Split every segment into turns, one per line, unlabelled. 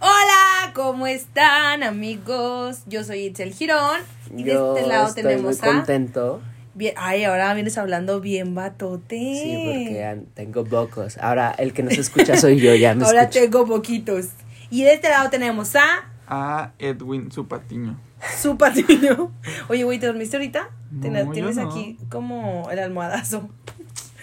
Hola, ¿cómo están amigos? Yo soy Itzel Girón y
Yo
de este lado
estoy
tenemos
muy
a...
contento.
Bien, ay, ahora vienes hablando bien batote.
Sí, porque an- tengo bocos. Ahora el que nos escucha soy yo, ya me
Ahora
escucho.
tengo poquitos. Y de este lado tenemos a
a Edwin su patiño.
su patino. Oye, güey, ¿te dormiste ahorita? Te la-
No, yo
tienes
no.
aquí como el almohadazo.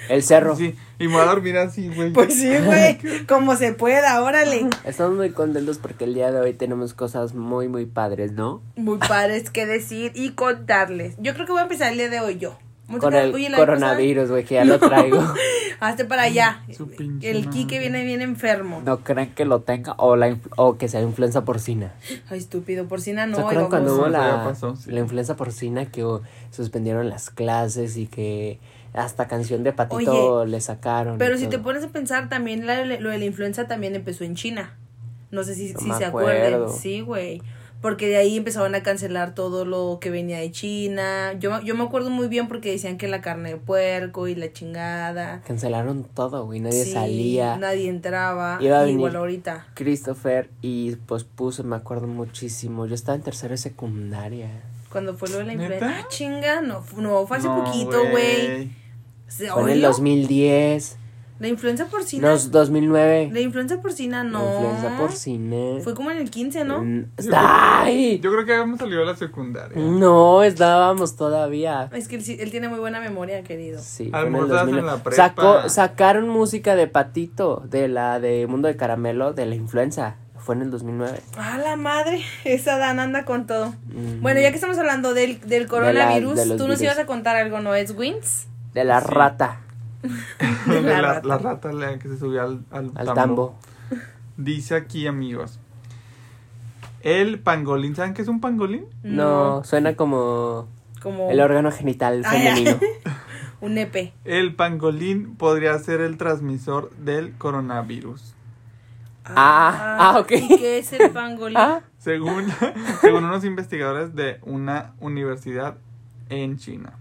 El cerro.
Sí, y me voy a dormir así, güey.
Pues sí, güey, como se pueda, órale.
Estamos muy contentos porque el día de hoy tenemos cosas muy, muy padres, ¿no?
Muy padres que decir y contarles. Yo creo que voy a empezar el día de hoy yo. Muy
Con
toca-
el
oye, la vez
coronavirus, güey, que ya lo traigo.
pasada- Hazte para allá.
Su pinche
El Quique
madre.
viene bien enfermo.
No creen que lo tenga o, la inf- o que sea influenza porcina.
Ay, estúpido, porcina no.
¿Se acuerdan
oiga,
cuando
vos.
hubo
Sí,
la,
ya pasó, sí.
la influenza porcina que oh, suspendieron las clases y que hasta canción de patito
Oye,
le sacaron? y
Pero si te
todo?
pones a pensar, también la- lo de la influenza también empezó en China. No sé si,
No
si
me
se
acuerdo.
acuerdan. Sí, güey. Porque de ahí empezaban a cancelar todo lo que venía de China. Yo, yo me acuerdo muy bien porque decían que la carne de puerco y la chingada.
Cancelaron todo, güey, nadie
Sí,
salía.
Nadie entraba.
Iba a venir.
Igual ahorita.
Christopher y pues puse, me acuerdo muchísimo. Yo estaba en tercero de secundaria.
Cuando fue lo de la
¿Neta?
influenza. Ah, chinga, no, fu- no fue hace
No,
poquito, güey. Se-
Fue en el
obvio,
2010,
La influenza porcina.
no, 2009.
La influenza porcina no.
La influenza porcina.
Fue como en el 15, ¿no?
Mm, está ahí.
Yo creo que habíamos salido de la secundaria.
Mm,
No, estábamos todavía.
Es que él, sí- él tiene muy buena memoria, querido.
Sí, fue
A
en
lo
el
mejor estabas en
2009.
la prepa.
Sacó- sacaron música de Patito, de la de Mundo de Caramelo, de la influenza. Fue en el 2009.
A la madre, esa Dan anda con todo.
Ujú.
Bueno, ya que estamos hablando del, del coronavirus,
de los
tú nos
virus.
ibas a contar algo, ¿no? ¿Es Wins?
De la
Sí.
rata
De
La
la,
rata.
la rata la que se subió al, al,
al tambo.
Dice aquí, amigos. El pangolín, ¿saben qué es un pangolín?
No, suena como
Como
el órgano genital
Ay, ay.
femenino.
un E EP.
El pangolín podría ser el transmisor del coronavirus.
Ah, ah, ok.
¿y ¿Qué es el pangolín?
Ah,
Según, según unos investigadores de una universidad en China.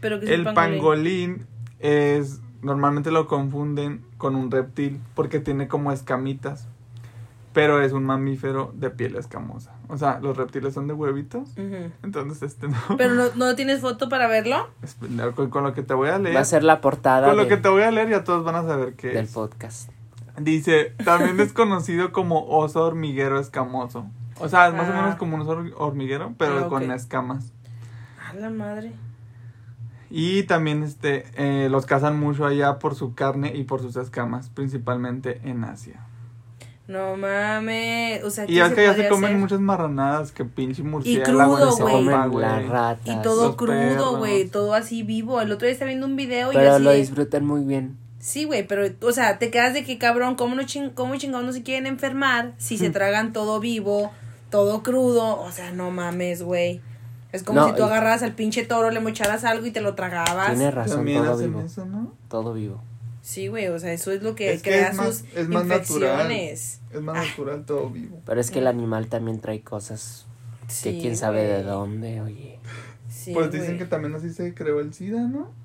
¿Pero qué es
El pangolín es normalmente lo confunden con un reptil porque tiene como escamitas, pero es un mamífero de piel escamosa. O sea, los reptiles son de huevitos,
Ujú.
entonces este no.
¿Pero no, no tienes foto para verlo?
Espera, con, con lo que te voy a leer,
va a ser la portada
con lo
de-
que te voy a leer ya todos van a saber qué
del
es.
podcast.
Dice, también es conocido como oso hormiguero escamoso. O sea, es más o
Ah.
menos como un oso hormiguero, pero
Ah, ok.
con escamas.
A la madre.
Y también este, eh, los cazan mucho allá por su carne y por sus escamas, principalmente en Asia.
No mames. O sea,
Y
¿qué
ya es que allá se
podría
comen
hacer?
mumen muchas marranadas, que pinche
crudo,
murciélago.
Todo,
Y se
güey.
comen
güey.
las ratas.
Y todo
Los
crudo,
perros.
güey. Todo así vivo. El otro día estaba viendo un video y yo
Pero
así
lo
de-
disfrutan muy bien.
Sí, güey, pero, o sea, te quedas de que cabrón, ¿cómo, no ching cómo chingados no se quieren enfermar si se tragan todo vivo, todo crudo? O sea, no mames, güey. Es como
No,
si tú
y-
agarras al pinche toro, le mocharas algo y te lo tragabas.
Tiene razón,
También
todo
hacen
vivo.
eso, ¿no?
Todo vivo.
Sí, güey, o sea, eso es lo que
Es que
crea
es más-
sus
es más natural.
infecciones.
Es más natural todo vivo.
Pero es que el animal también trae cosas
Sí,
que quién sabe de
güey.
dónde, oye.
Sí,
pues dicen
güey.
que también así se creó el SIDA, ¿no?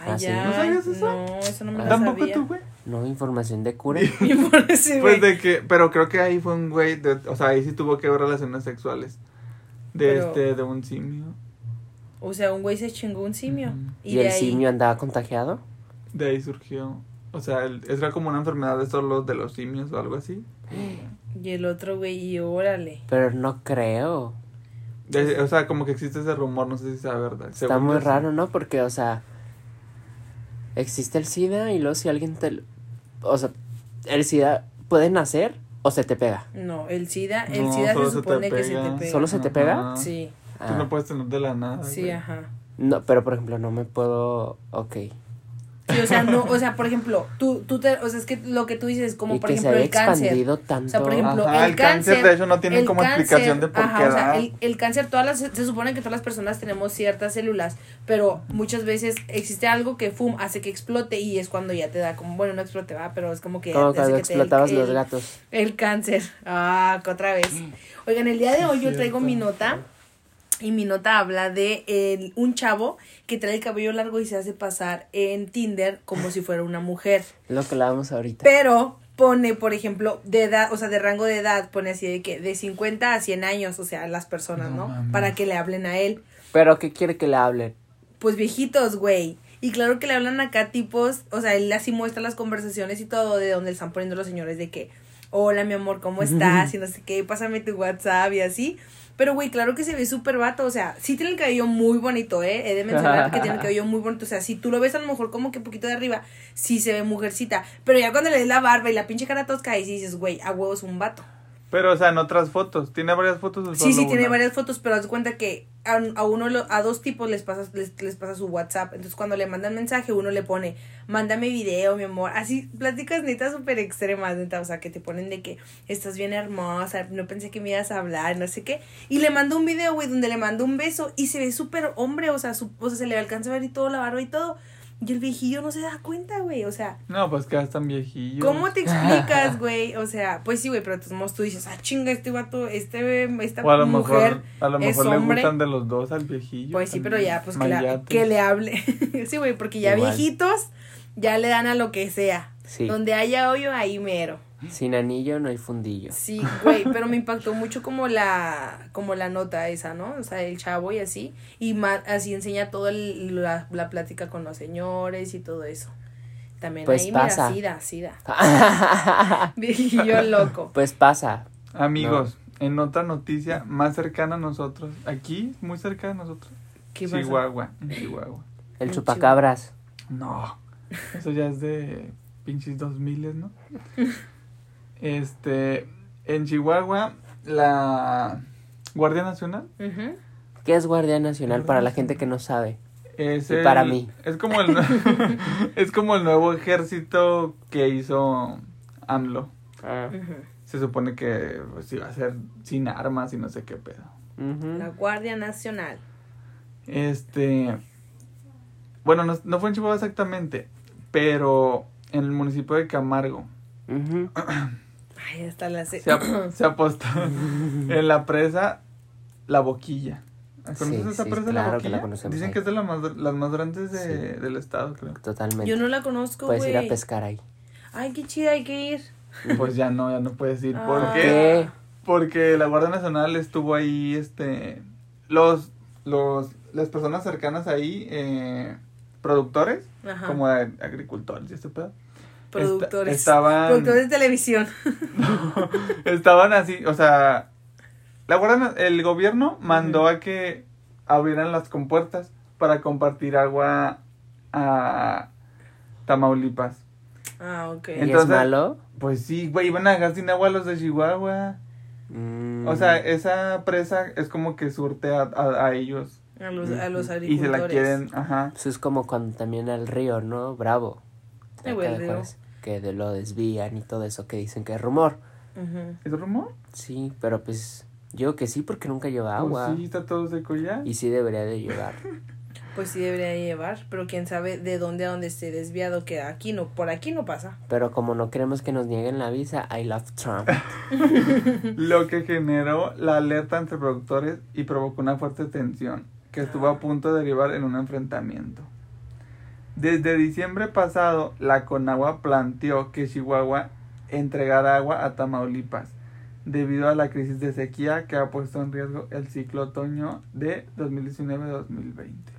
Ay,
Ah, sí.
ya.
¿No sabías eso?
No, eso no me lo
Tampoco
sabía.
tú, güey.
No, información de cura.
Y por eso, güey.
Pues de que, pero creo que ahí fue un güey, de, o sea, ahí sí tuvo que ver relaciones sexuales. De
Pero-
este, de un simio.
O sea, un güey se chingó un simio.
Ujú.
Y,
¿Y,
de
el
ahí...
simio andaba contagiado?
De ahí surgió. O sea, el- era como una enfermedad de solo de los simios o algo así.
Y el otro güey, y órale.
Pero no creo.
De- o sea, como que existe ese rumor, no sé si sea verdad.
Está
Según
muy
yo, sí.
raro, ¿no? Porque, o sea, existe el SIDA y luego si alguien te... lo- O sea, el SIDA puede nacer o se te pega.
No, el SIDA, el
No,
SIDA se
solo se te
supone que se te
pega.
pega.
¿Solo se te pega?
Ajá.
Sí,
Ah,
Tú no puedes tener de la nada.
sí, ah.
güey.
ajá.
no, pero por ejemplo, no me puedo... Ok.
Sí, o sea, no, o sea, por ejemplo, tú, tú te, o sea, es que lo que tú dices, como
y
por
que
ejemplo
se había
el cáncer.
expandido tanto. Ah,
O sea, por ejemplo,
Ajá,
el,
el cáncer, de hecho, no tienen
el
como
cáncer,
explicación de por
ajá,
qué
O sea,
da.
el, el cáncer, todas las, se supone que todas las personas tenemos ciertas células, pero muchas veces existe algo que fum hace que explote y es cuando ya te da como, bueno, no explote, va, pero es como que
como
hace
cuando
que te dé el-
explotabas los
el-
gatos.
El cáncer. Ah, que otra vez. Oigan, el día de hoy yo traigo
cierto.
mi nota. Y mi nota habla de el- un chavo que trae el cabello largo y se hace pasar en Tinder como si fuera una mujer.
Lo que hablábamos ahorita.
Pero pone, por ejemplo, de edad, o sea, de rango de edad, pone así de que de 50 a 100 años, o sea, las personas,
No
¿no?
mames.
Para que le hablen a él.
Pero ¿qué quiere que le hablen?
Pues viejitos, güey. Y claro que le hablan acá tipos, o sea, él así muestra las conversaciones y todo de donde le están poniendo los señores de que, hola mi amor, ¿cómo estás? Y no sé qué, pásame tu WhatsApp y así. Pero, güey, claro que se ve súper vato, o sea, sí tiene el cabello muy bonito, ¿eh? He de mencionar que tiene el cabello muy bonito, o sea, si tú lo ves a lo mejor como que poquito de arriba, sí se ve mujercita. Pero ya cuando le des la barba y la pinche cara tosca, ahí sí dices, güey, a huevos un vato.
Pero, o sea, en otras fotos. ¿Tiene varias fotos? o
Sí,
solo
sí, tiene
Pues una?
varias fotos, pero haz de cuenta que a, a uno, lo- a dos tipos les pasa, les, les pasa su WhatsApp. Entonces, cuando le mandan mensaje, uno le pone, mándame video, mi amor. Así, pláticas neta súper extremas, neta. O sea, que te ponen de que estás bien hermosa, no pensé que me ibas a hablar, no sé qué. Y le mando un video, güey, donde le mando un beso y se ve súper hombre, o sea, su- o sea, se le alcanza a ver y todo, la barba y todo. Y el viejillo no se da cuenta, güey, o sea.
No, pues que ya están viejillos.
¿Cómo te explicas, güey? O sea, pues sí, güey, pero de todos modos tú dices, ah, chinga, este vato, este, esta
O a lo
mujer.
mejor, a lo
es
mejor le
hombre.
gustan de los dos al viejillo.
Pues sí, pero
también.
ya, pues que, la-
Mayates.
que le hable. sí, güey, porque ya
Igual.
viejitos, ya le dan a lo que sea.
Sí.
Donde haya hoyo, ahí mero.
Sin anillo no hay fundillo.
Sí, güey, pero me impactó mucho como la, como la nota esa, ¿no? O sea, el chavo y así. Y ma- así enseña toda el- la, la plática con los señores y todo eso. También
Pues
ahí,
pasa.
mira, sida, sida. Viejillo loco.
pues pasa.
Amigos, en otra noticia más cercana a nosotros, aquí, muy cerca de nosotros,
¿Qué pasa?
Chihuahua, en Chihuahua.
El
Un
chupacabras.
No, eso ya es de pinches dos miles, ¿no? Este, en Chihuahua, la Guardia Nacional
Ujú.
¿Qué es Guardia Nacional para la gente que no sabe?
es
Y
el-
para mí.
Es como el, nue- es como el nuevo ejército que hizo AMLO. Ah,
Ujú.
Se supone que pues, iba a ser sin armas y no sé qué pedo.
Ujú.
La Guardia Nacional.
Este. Bueno, no, no fue en Chihuahua exactamente, pero en el municipio de Camargo
Ujú.
Ay, hasta la sé.
se, ap- se apostó en la presa La Boquilla. ¿Conoces
Sí,
esa
sí,
presa de La
claro que la
Boquilla?
conocemos
Dicen
ahí.
que es de la más- las más grandes de-
Sí.
del estado, creo.
Totalmente.
Yo no la conozco,
Puedes ir a
güey.
pescar ahí.
Ay, qué chida, hay que ir.
Pues ya no, ya no puedes ir. ¿Por
Ah.
qué?
¿Qué?
Porque la Guardia Nacional estuvo ahí, este, los, los, las personas cercanas ahí, eh, productores,
Ajá.
como de agricultores y este pedo.
Productores.
Esta- estaban,
Productores de televisión.
estaban así, o sea, la Guardia, Na- el gobierno mandó a que abrieran las compuertas para compartir agua a Tamaulipas.
Ah, ok.
¿Y es
Entonces-
malo?
Pues sí, güey, iban a dejar sin agua a los de Chihuahua.
Mm.
O sea, eh, esa presa es como que surte a- a- a ellos.
A los, a los agricultores.
Y se la quieren, ajá.
Eso es como cuando también al río, ¿no? Bravo.
Ay, güey, el
Acá de
río.
Juárez, Que de- lo desvían y todo eso que dicen que es rumor.
Ujú.
¿Es rumor?
Sí, pero pues yo que sí porque nunca lleva
Pues
agua.
sí, está todo seco ya.
Y sí debería de llevar.
Pues sí debería llevar, pero quién sabe de dónde a dónde esté desviado, que aquí no, por aquí no pasa.
Pero como no queremos que nos nieguen la visa, I love Trump.
Lo que generó la alerta entre productores y provocó una fuerte tensión que estuvo a punto de derivar en un enfrentamiento. Desde diciembre pasado, la Conagua planteó que Chihuahua entregara agua a Tamaulipas debido a la crisis de sequía que ha puesto en riesgo el ciclo otoño de 2019-2020.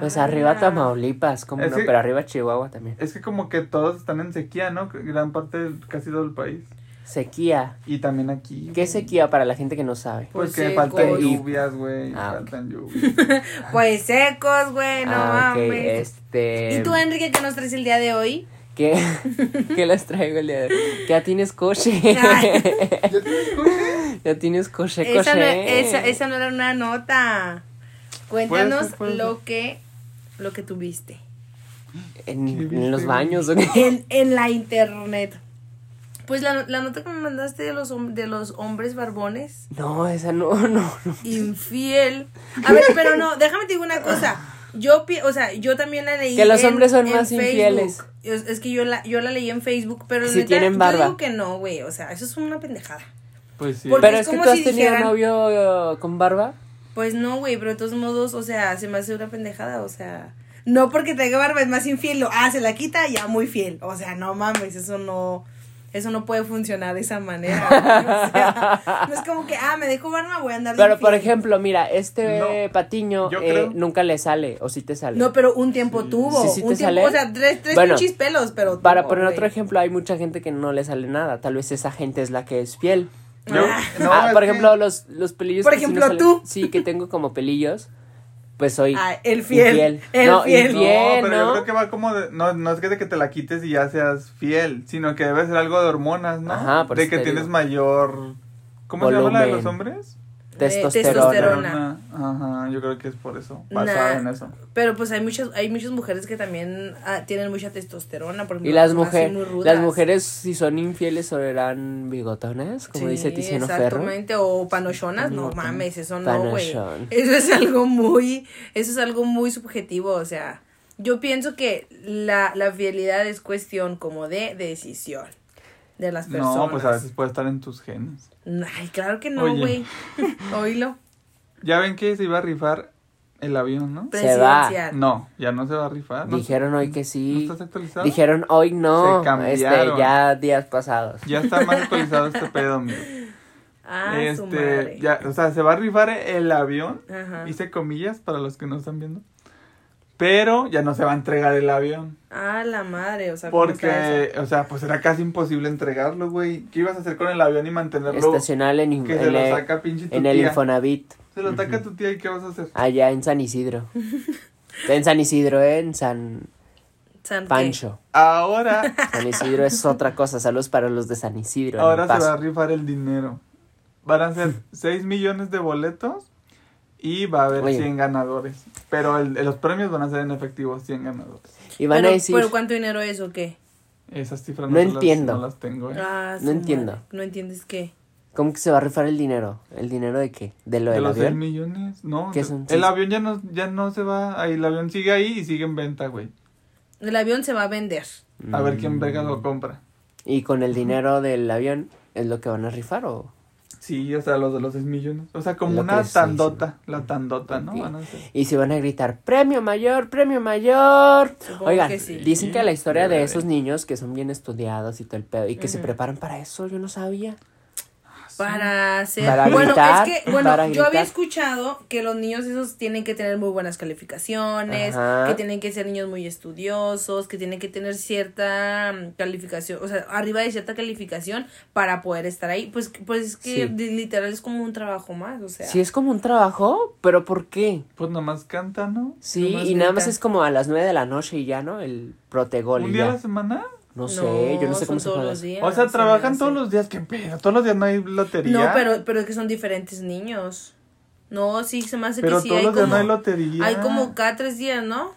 Pues
Ah.
arriba Tamaulipas, como
Es
no,
que-
pero arriba Chihuahua también.
Es que como que todos están en sequía, ¿no? Gran parte, del- casi todo el país.
Sequía.
Y también aquí.
¿Qué
güey.
sequía para la gente que no sabe?
Pues
Porque
secos.
faltan
Y-
lluvias, güey.
Ah,
faltan lluvias.
Pues secos, güey, no
ah, ok,
mames.
este...
¿Y tú, Enrique, qué nos traes el día de hoy?
¿Qué, ¿Qué les traigo el día de hoy? Ya tienes coche.
Ay.
ya tienes coche, coche.
Esa no, esa, esa no era una nota. Cuéntanos
ser, puede
lo que lo que tuviste
En,
¿Qué
en
viste,
los
güey?
baños, ¿o qué?
en, en la internet. Pues la, la nota que me mandaste de los hom- de los hombres barbones
No, esa no, no, no.
infiel. A ver, pero no, déjame te digo una cosa. Yo, pi- o sea, yo también la leí
Que los hombres son más
Facebook.
infieles.
Es, es que yo la, yo la leí en Facebook, pero
Si
neta,
tienen barba.
yo digo que no, güey, o sea, eso es una pendejada.
Pues sí.
Porque
Pero
es
es que
como
tú has
si
tenido
dijeran-
novio eh, con barba.
Pues no, güey, pero de todos modos, o sea, se me hace una pendejada, o sea, no porque tenga barba es más infiel, lo, ah, se la quita, ya muy fiel, o sea, no mames, eso no, Eso no puede funcionar de esa manera. güey. O sea, no es como que, ah, me dejo barba, voy a andar de
Pero, por
infiel.
ejemplo, mira, este
No,
patiño
yo
eh,
creo-
nunca le sale, o si te sale.
No, pero un tiempo tuvo.
Sí, sí te
un tiempo,
sale.
o sea, tres, tres
Bueno,
pinches pelos, pero
Para
tuvo,
poner otro
güey.
ejemplo, hay mucha gente que no le sale nada. Tal vez esa gente es la que es fiel.
Yo- no,
ah,
es
por
que-
ejemplo, los, los pelillos.
Por
que sí
ejemplo,
salen-
tú.
Sí, que tengo como pelillos. Pues soy.
Ah, el fiel.
Infiel.
El
No,
fiel.
No,
Bien,
pero
¿no?
yo creo que va como de, no, no es que de que te la quites y ya seas fiel, sino que debe ser algo de hormonas, ¿no?
Ajá, por
De
eso
que
te
tienes
digo.
mayor ¿Cómo se llama la de
Volumen.
los hombres?
testosterona.
testosterona.
Ajá, yo creo que es por eso,
Nah.
basado en eso.
Pero pues hay muchas, hay muchas mujeres que también ah, tienen mucha testosterona. Por ejemplo,
Y las
son así
mujeres,
muy rudas.
las mujeres si son infieles serán bigotones, como dice
Sí,
Tiziano Ferro.
Exactamente, o panochonas, no
Panochón.
mames, eso no, güey.
Panochón.
Eso es algo muy, eso es algo muy subjetivo, o sea, yo pienso que la, la fidelidad es cuestión como de decisión de las personas.
No, pues a veces puede estar en tus genes.
Ay, claro que no,
Oye.
güey. Oílo.
Ya ven que se iba a rifar el avión, ¿no?
Se va.
Presidencial.
No, ya no se va a rifar. Ah, ¿no?
Dijeron hoy que
¿No
sí.
estás actualizado?
Dijeron hoy no.
Se cambiaron.
Este, ya días pasados.
Ya está más actualizado este pedo, mío.
Ah, su
este,
madre.
ya, o sea, se va a rifar el avión.
Ajá.
Hice comillas para los que no están viendo. Pero ya no se va a entregar el avión.
Ah, la madre, o sea, ¿cómo está eso?
Porque, o sea, pues era casi imposible entregarlo, güey. ¿Qué ibas a hacer con el avión y mantenerlo?
Estacional en,
Que
en
se lo
el-
saca pinche tu
en el
tía.
Infonavit,
Se lo saca tu tía y ¿qué vas a hacer?
allá en San Isidro. en San Isidro, eh, en San
¿San qué?
Pancho.
Ahora,
San Isidro es otra cosa. Saludos para los de San Isidro. en
ahora
El
se va
Paso.
a rifar el dinero. Van a ser 6 millones de boletos y va a haber
Oye.
100 ganadores. Pero el- los premios van a ser en efectivo 100 ganadores.
Y van
pero,
a decir,
pero ¿cuánto dinero es o qué?
Esas cifras
No
te las-
entiendo.
no las tengo, eh.
Ah, su
No entiendo.
madre. ¿No entiendes qué?
¿cómo que se va a rifar el dinero? ¿El dinero de qué? ¿De lo
de
del
los 6
avión?
millones, no.
¿Qué
o sea,
son?
el
Sí.
avión ya no, ya no se va ahí. El avión sigue ahí y sigue en venta, güey.
El avión se va a vender.
A ver
Mm.
quién verga lo compra.
Y con el dinero del avión es lo que van a rifar o...
Sí, o sea, los de los 6 millones. O sea, como
Lo que
una
es, sí,
tandota. La tandota, ¿no?
Sí.
Van a ser.
Y si van a gritar, premio mayor, premio mayor.
Supongo
Oigan,
que sí.
dicen que la historia
Debe
de
de.
esos niños que son bien estudiados y todo el pedo y que se
Ujú.
preparan para eso, yo no sabía.
Para hacer.
Para
bueno,
gritar,
es que, bueno,
para
yo había
gritar.
escuchado que los niños esos tienen que tener muy buenas calificaciones,
Ajá.
que tienen que ser niños muy estudiosos, que tienen que tener cierta mm, calificación, o sea, arriba de cierta calificación para poder estar ahí. Pues, pues es que
Sí.
li- literal es como un trabajo más, o sea.
Sí, es como un trabajo, pero ¿por qué?
Pues nomás canta, ¿no?
Sí,
Nomás
y nada más
gritar.
es como a las nueve de la noche y ya, ¿no? El protegol.
¿Un
y
día a
ya.
la semana?
No sé, yo no
son
sé cómo se
todos
juega.
los
eso.
días,
O sea,
se me
trabajan
hace.
todos los días. ¿Qué pedo? Todos los días no hay lotería.
No, pero, pero es que son diferentes niños. No, sí, se me hace
Pero
que sí
todos
hay
los días no hay
como,
lotería.
hay como cada tres días, ¿no?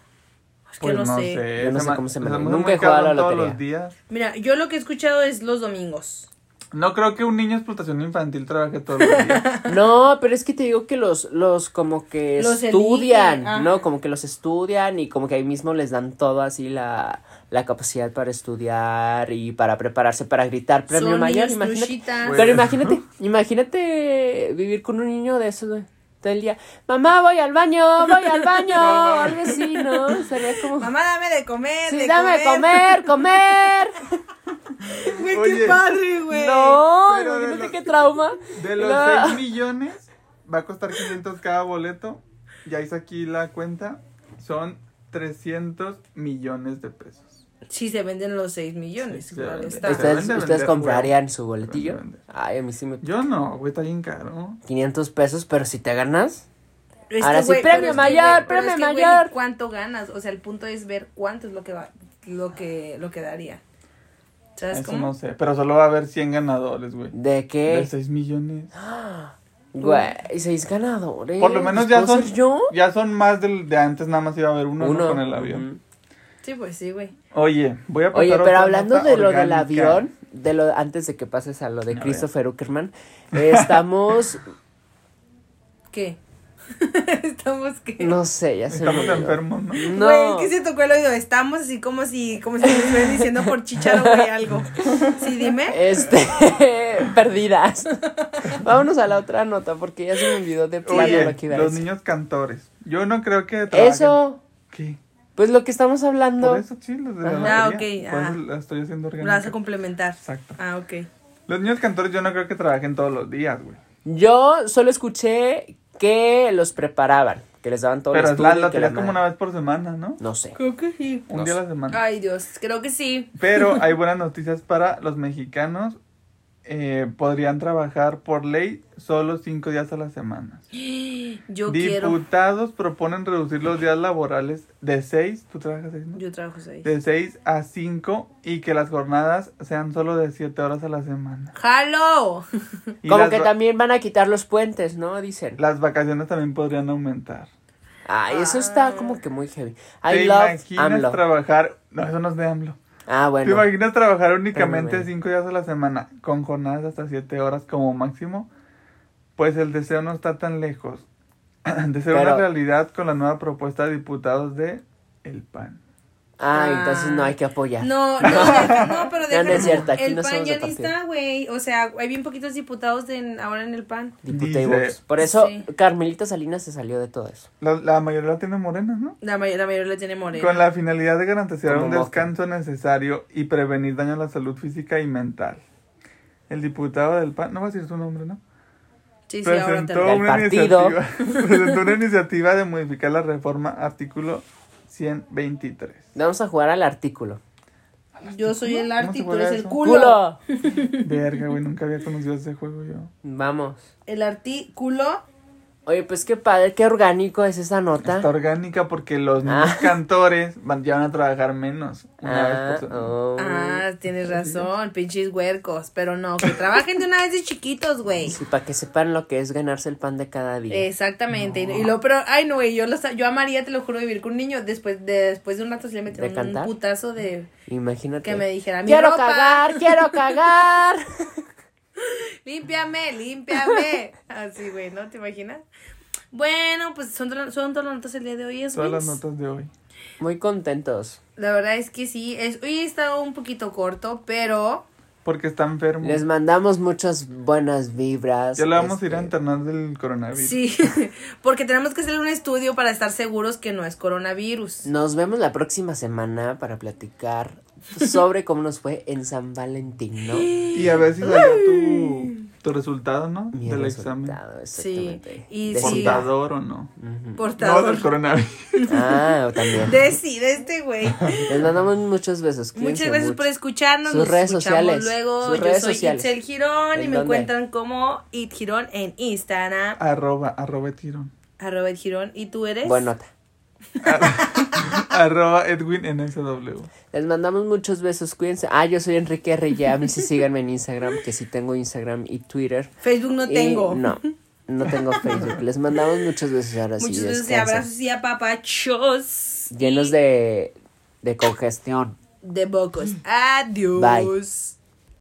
Es que
Pues
no, sé.
Yo no sé
me-
cómo se
me
maneja.
hace
Nunca
muy
he jugado a la
cabrón Todos
lotería.
los días.
Mira, yo lo que he escuchado es los domingos.
No creo que un niño de explotación infantil trabaje todos los días.
No, pero es que te digo que los, los como que
Los
estudian,
eligen,
¿no?
ajá.
Como que los estudian y como que ahí mismo les dan todo así la, la capacidad para estudiar y para prepararse para gritar premio
Son
mayor.
niños
Imagínate,
truchitas.
Güey.
Pero imagínate, imagínate vivir con un niño de esos, güey. Todo el día, mamá, voy al baño, voy al baño, o algo así, ¿no? Sería como,
Mamá, dame de comer,
sí,
de
dame comer, comer.
Güey,
Oye,
qué padre, güey.
No,
Pero de
imagínate
los-
qué trauma.
De los
No.
6 millones, va a costar 500 cada boleto. Ya hice aquí la cuenta. Son 300 millones de pesos.
Sí, se venden los 6 millones,
Sí, se
claro
venden.
está.
Ustedes-
¿Ustedes,
Vende, vende,
ustedes
güey.
comprarían su boletillo?
Vende, vende.
Ay, a mí sí me...
Yo no, güey, está bien caro.
500 pesos, pero si te ganas...
Es
Ahora sí,
Este güey,
premio
pero es
mayor,
güey, pero
premio
es que, güey,
mayor.
¿Cuánto ganas? O sea, el punto es ver cuánto es lo que va, lo que, lo que daría. ¿Sabes
Eso
cómo?
no sé. Pero solo va a haber 100 ganadores, güey.
¿De
De
qué?
6 millones.
Güey, seis ganadores.
Por lo menos ya
¿Puedo
son.
ser yo?
Ya son más del de antes, nada más iba a haber uno, ¿no? con el avión.
Ujú.
Sí, pues sí, güey.
Oye, voy a pasar
Oye, pero
otra
hablando
nota
de lo del
orgánica.
avión, de lo antes de que pases a lo de
ver.
Christopher Uckerman, eh, estamos,
¿Qué? Estamos que.
no sé, ya se me
Estamos
olvidó.
enfermos, ¿no?
No,
Güey, es que se tocó el oído. Estamos así como si, como si me estuvieran diciendo por chicharo, güey, algo. Sí, dime.
este, perdidas. Vámonos a la otra nota porque ya se me olvidó de plano
Oye,
lo que iba a
los
decir.
niños cantores. Yo no creo que trabajen.
Eso,
¿Qué?
Pues lo que estamos hablando.
Por eso, sí, los de la
Ajá.
Ah, ok,
lotería. Por eso
ah.
la estoy haciendo
La vas a
orgánica.
complementar.
Exacto.
Ah, ok.
Los niños cantores yo no creo que trabajen todos los días, güey.
Yo solo escuché que los preparaban, que les daban todo el
Pero es
estudio y
la
que
lotería
la
es como
madre.
una vez por semana, ¿no?
No sé.
Creo que sí.
Un
No
día a
sé.
la semana.
Ay, Dios, creo que sí.
Pero hay buenas noticias para los mexicanos. Eh, podrían trabajar por ley solo cinco días a la semana.
Yo quiero.
Diputados proponen reducir los días laborales de seis, tú trabajas seis, no?
Yo trabajo seis.
De seis a cinco y que las jornadas sean solo de siete horas a la semana.
¡Jalo!
Y
Como
las
que
va-
también van a quitar los puentes, ¿no? Dicen.
Las vacaciones también podrían aumentar.
Ay, eso está como que muy heavy. I
Ah. ¿Te
love
imaginas
AMLO.
trabajar? No, eso no es de AMLO.
Ah,
¿Te
bueno.
imaginas trabajar únicamente
Espérame.
cinco días a la semana con jornadas hasta siete horas como máximo? Pues el deseo no está tan lejos de ser una
Pero-
realidad con la nueva propuesta de diputados de El PAN.
Ah, entonces no hay que apoyar.
No, no, deja- no, pero
Ya no es
déjame.
cierto, aquí
el
no
pan
somos
ya
de
ni
partido.
está, güey. O sea, hay bien poquitos diputados en- ahora en el pan.
Diputado y
Dice-
Vox. Por eso
Sí.
Carmelita Salinas se salió de todo eso.
La, la mayoría la tiene morena, ¿no?
La, may- la mayoría la tiene morena.
Con la finalidad de garantizar
Como
un
Boca.
descanso necesario y prevenir daño a la salud física y mental. El diputado del PAN, no va a decir su nombre, ¿no?
Sí, sí, ahora te
presentó
lo-
Del
una,
partido.
iniciativa, presentó una iniciativa de modificar la reforma artículo 123.
Vamos a jugar al artículo.
Yo soy el
¿Cómo se
arte y tú
juega
eres el
eso?
culo.
¡Culo!
Verga, güey, nunca había conocido ese juego yo.
Vamos.
El artículo.
Oye, pues qué padre, qué orgánico es esa nota.
Está orgánica porque los niños
Ah.
cantores van, ya van a trabajar menos una vez por
Ah,
semana.
oh.
Ah, tienes razón, pinches huercos. Pero no, que trabajen de una vez de chiquitos, güey.
Sí, para que sepan lo que es ganarse el pan de cada día.
Exactamente. Y luego, pero, ay, no, güey, yo, los- yo amaría, te lo juro, vivir con un niño. Después de, después de un rato se le
¿De
metieron un
cantar?
putazo de
Imagínate.
que me dijera, mi
quiero
ropa,
cagar, quiero cagar.
límpiame, límpiame. Así, güey, ¿no? ¿Te imaginas? Bueno, pues son, todas- son todas las notas el día de hoy, es
Todas las notas de hoy.
Muy contentos.
La verdad es que sí, es, hoy está un poquito corto, pero
Porque está enfermo.
Les mandamos muchas buenas vibras.
Ya le vamos a ir
este,
a internar del coronavirus.
sí, porque tenemos que hacer un estudio para estar seguros que no es coronavirus.
Nos vemos la próxima semana para platicar sobre cómo nos fue en San Valentín, ¿no?
Y a ver si salió tu, tu resultado, ¿no?
Mi
del examen.
resultado, exactamente.
Sí, y
Decida.
sí.
¿Portador o no? No,
Portador.
del coronavirus.
Ah, también.
Decide este güey.
Les mandamos muchos besos.
Muchas
cuídense
gracias
mucho.
por escucharnos.
Sus
Nos
redes
escuchamos
sociales,
luego.
sus
Yo
redes
soy
sociales.
Itzel Girón y
¿En
me
dónde?
encuentran como It Girón en Instagram.
Arroba, arroba tirón.
Arroba It Girón. ¿Y tú eres?
Buena nota.
Arroba Edwin en SW.
Les mandamos muchos besos, cuídense. Ah, yo soy Enrique R. Ya, a mí sí síganme en Instagram, que sí tengo Instagram y Twitter.
Facebook no
Y
tengo.
No, no tengo Facebook. Les mandamos muchos besos ahora sí.
Muchos besos y
descansen.
abrazos y apapachos.
Llenos de, de congestión.
De bocos. Adiós.
Bye.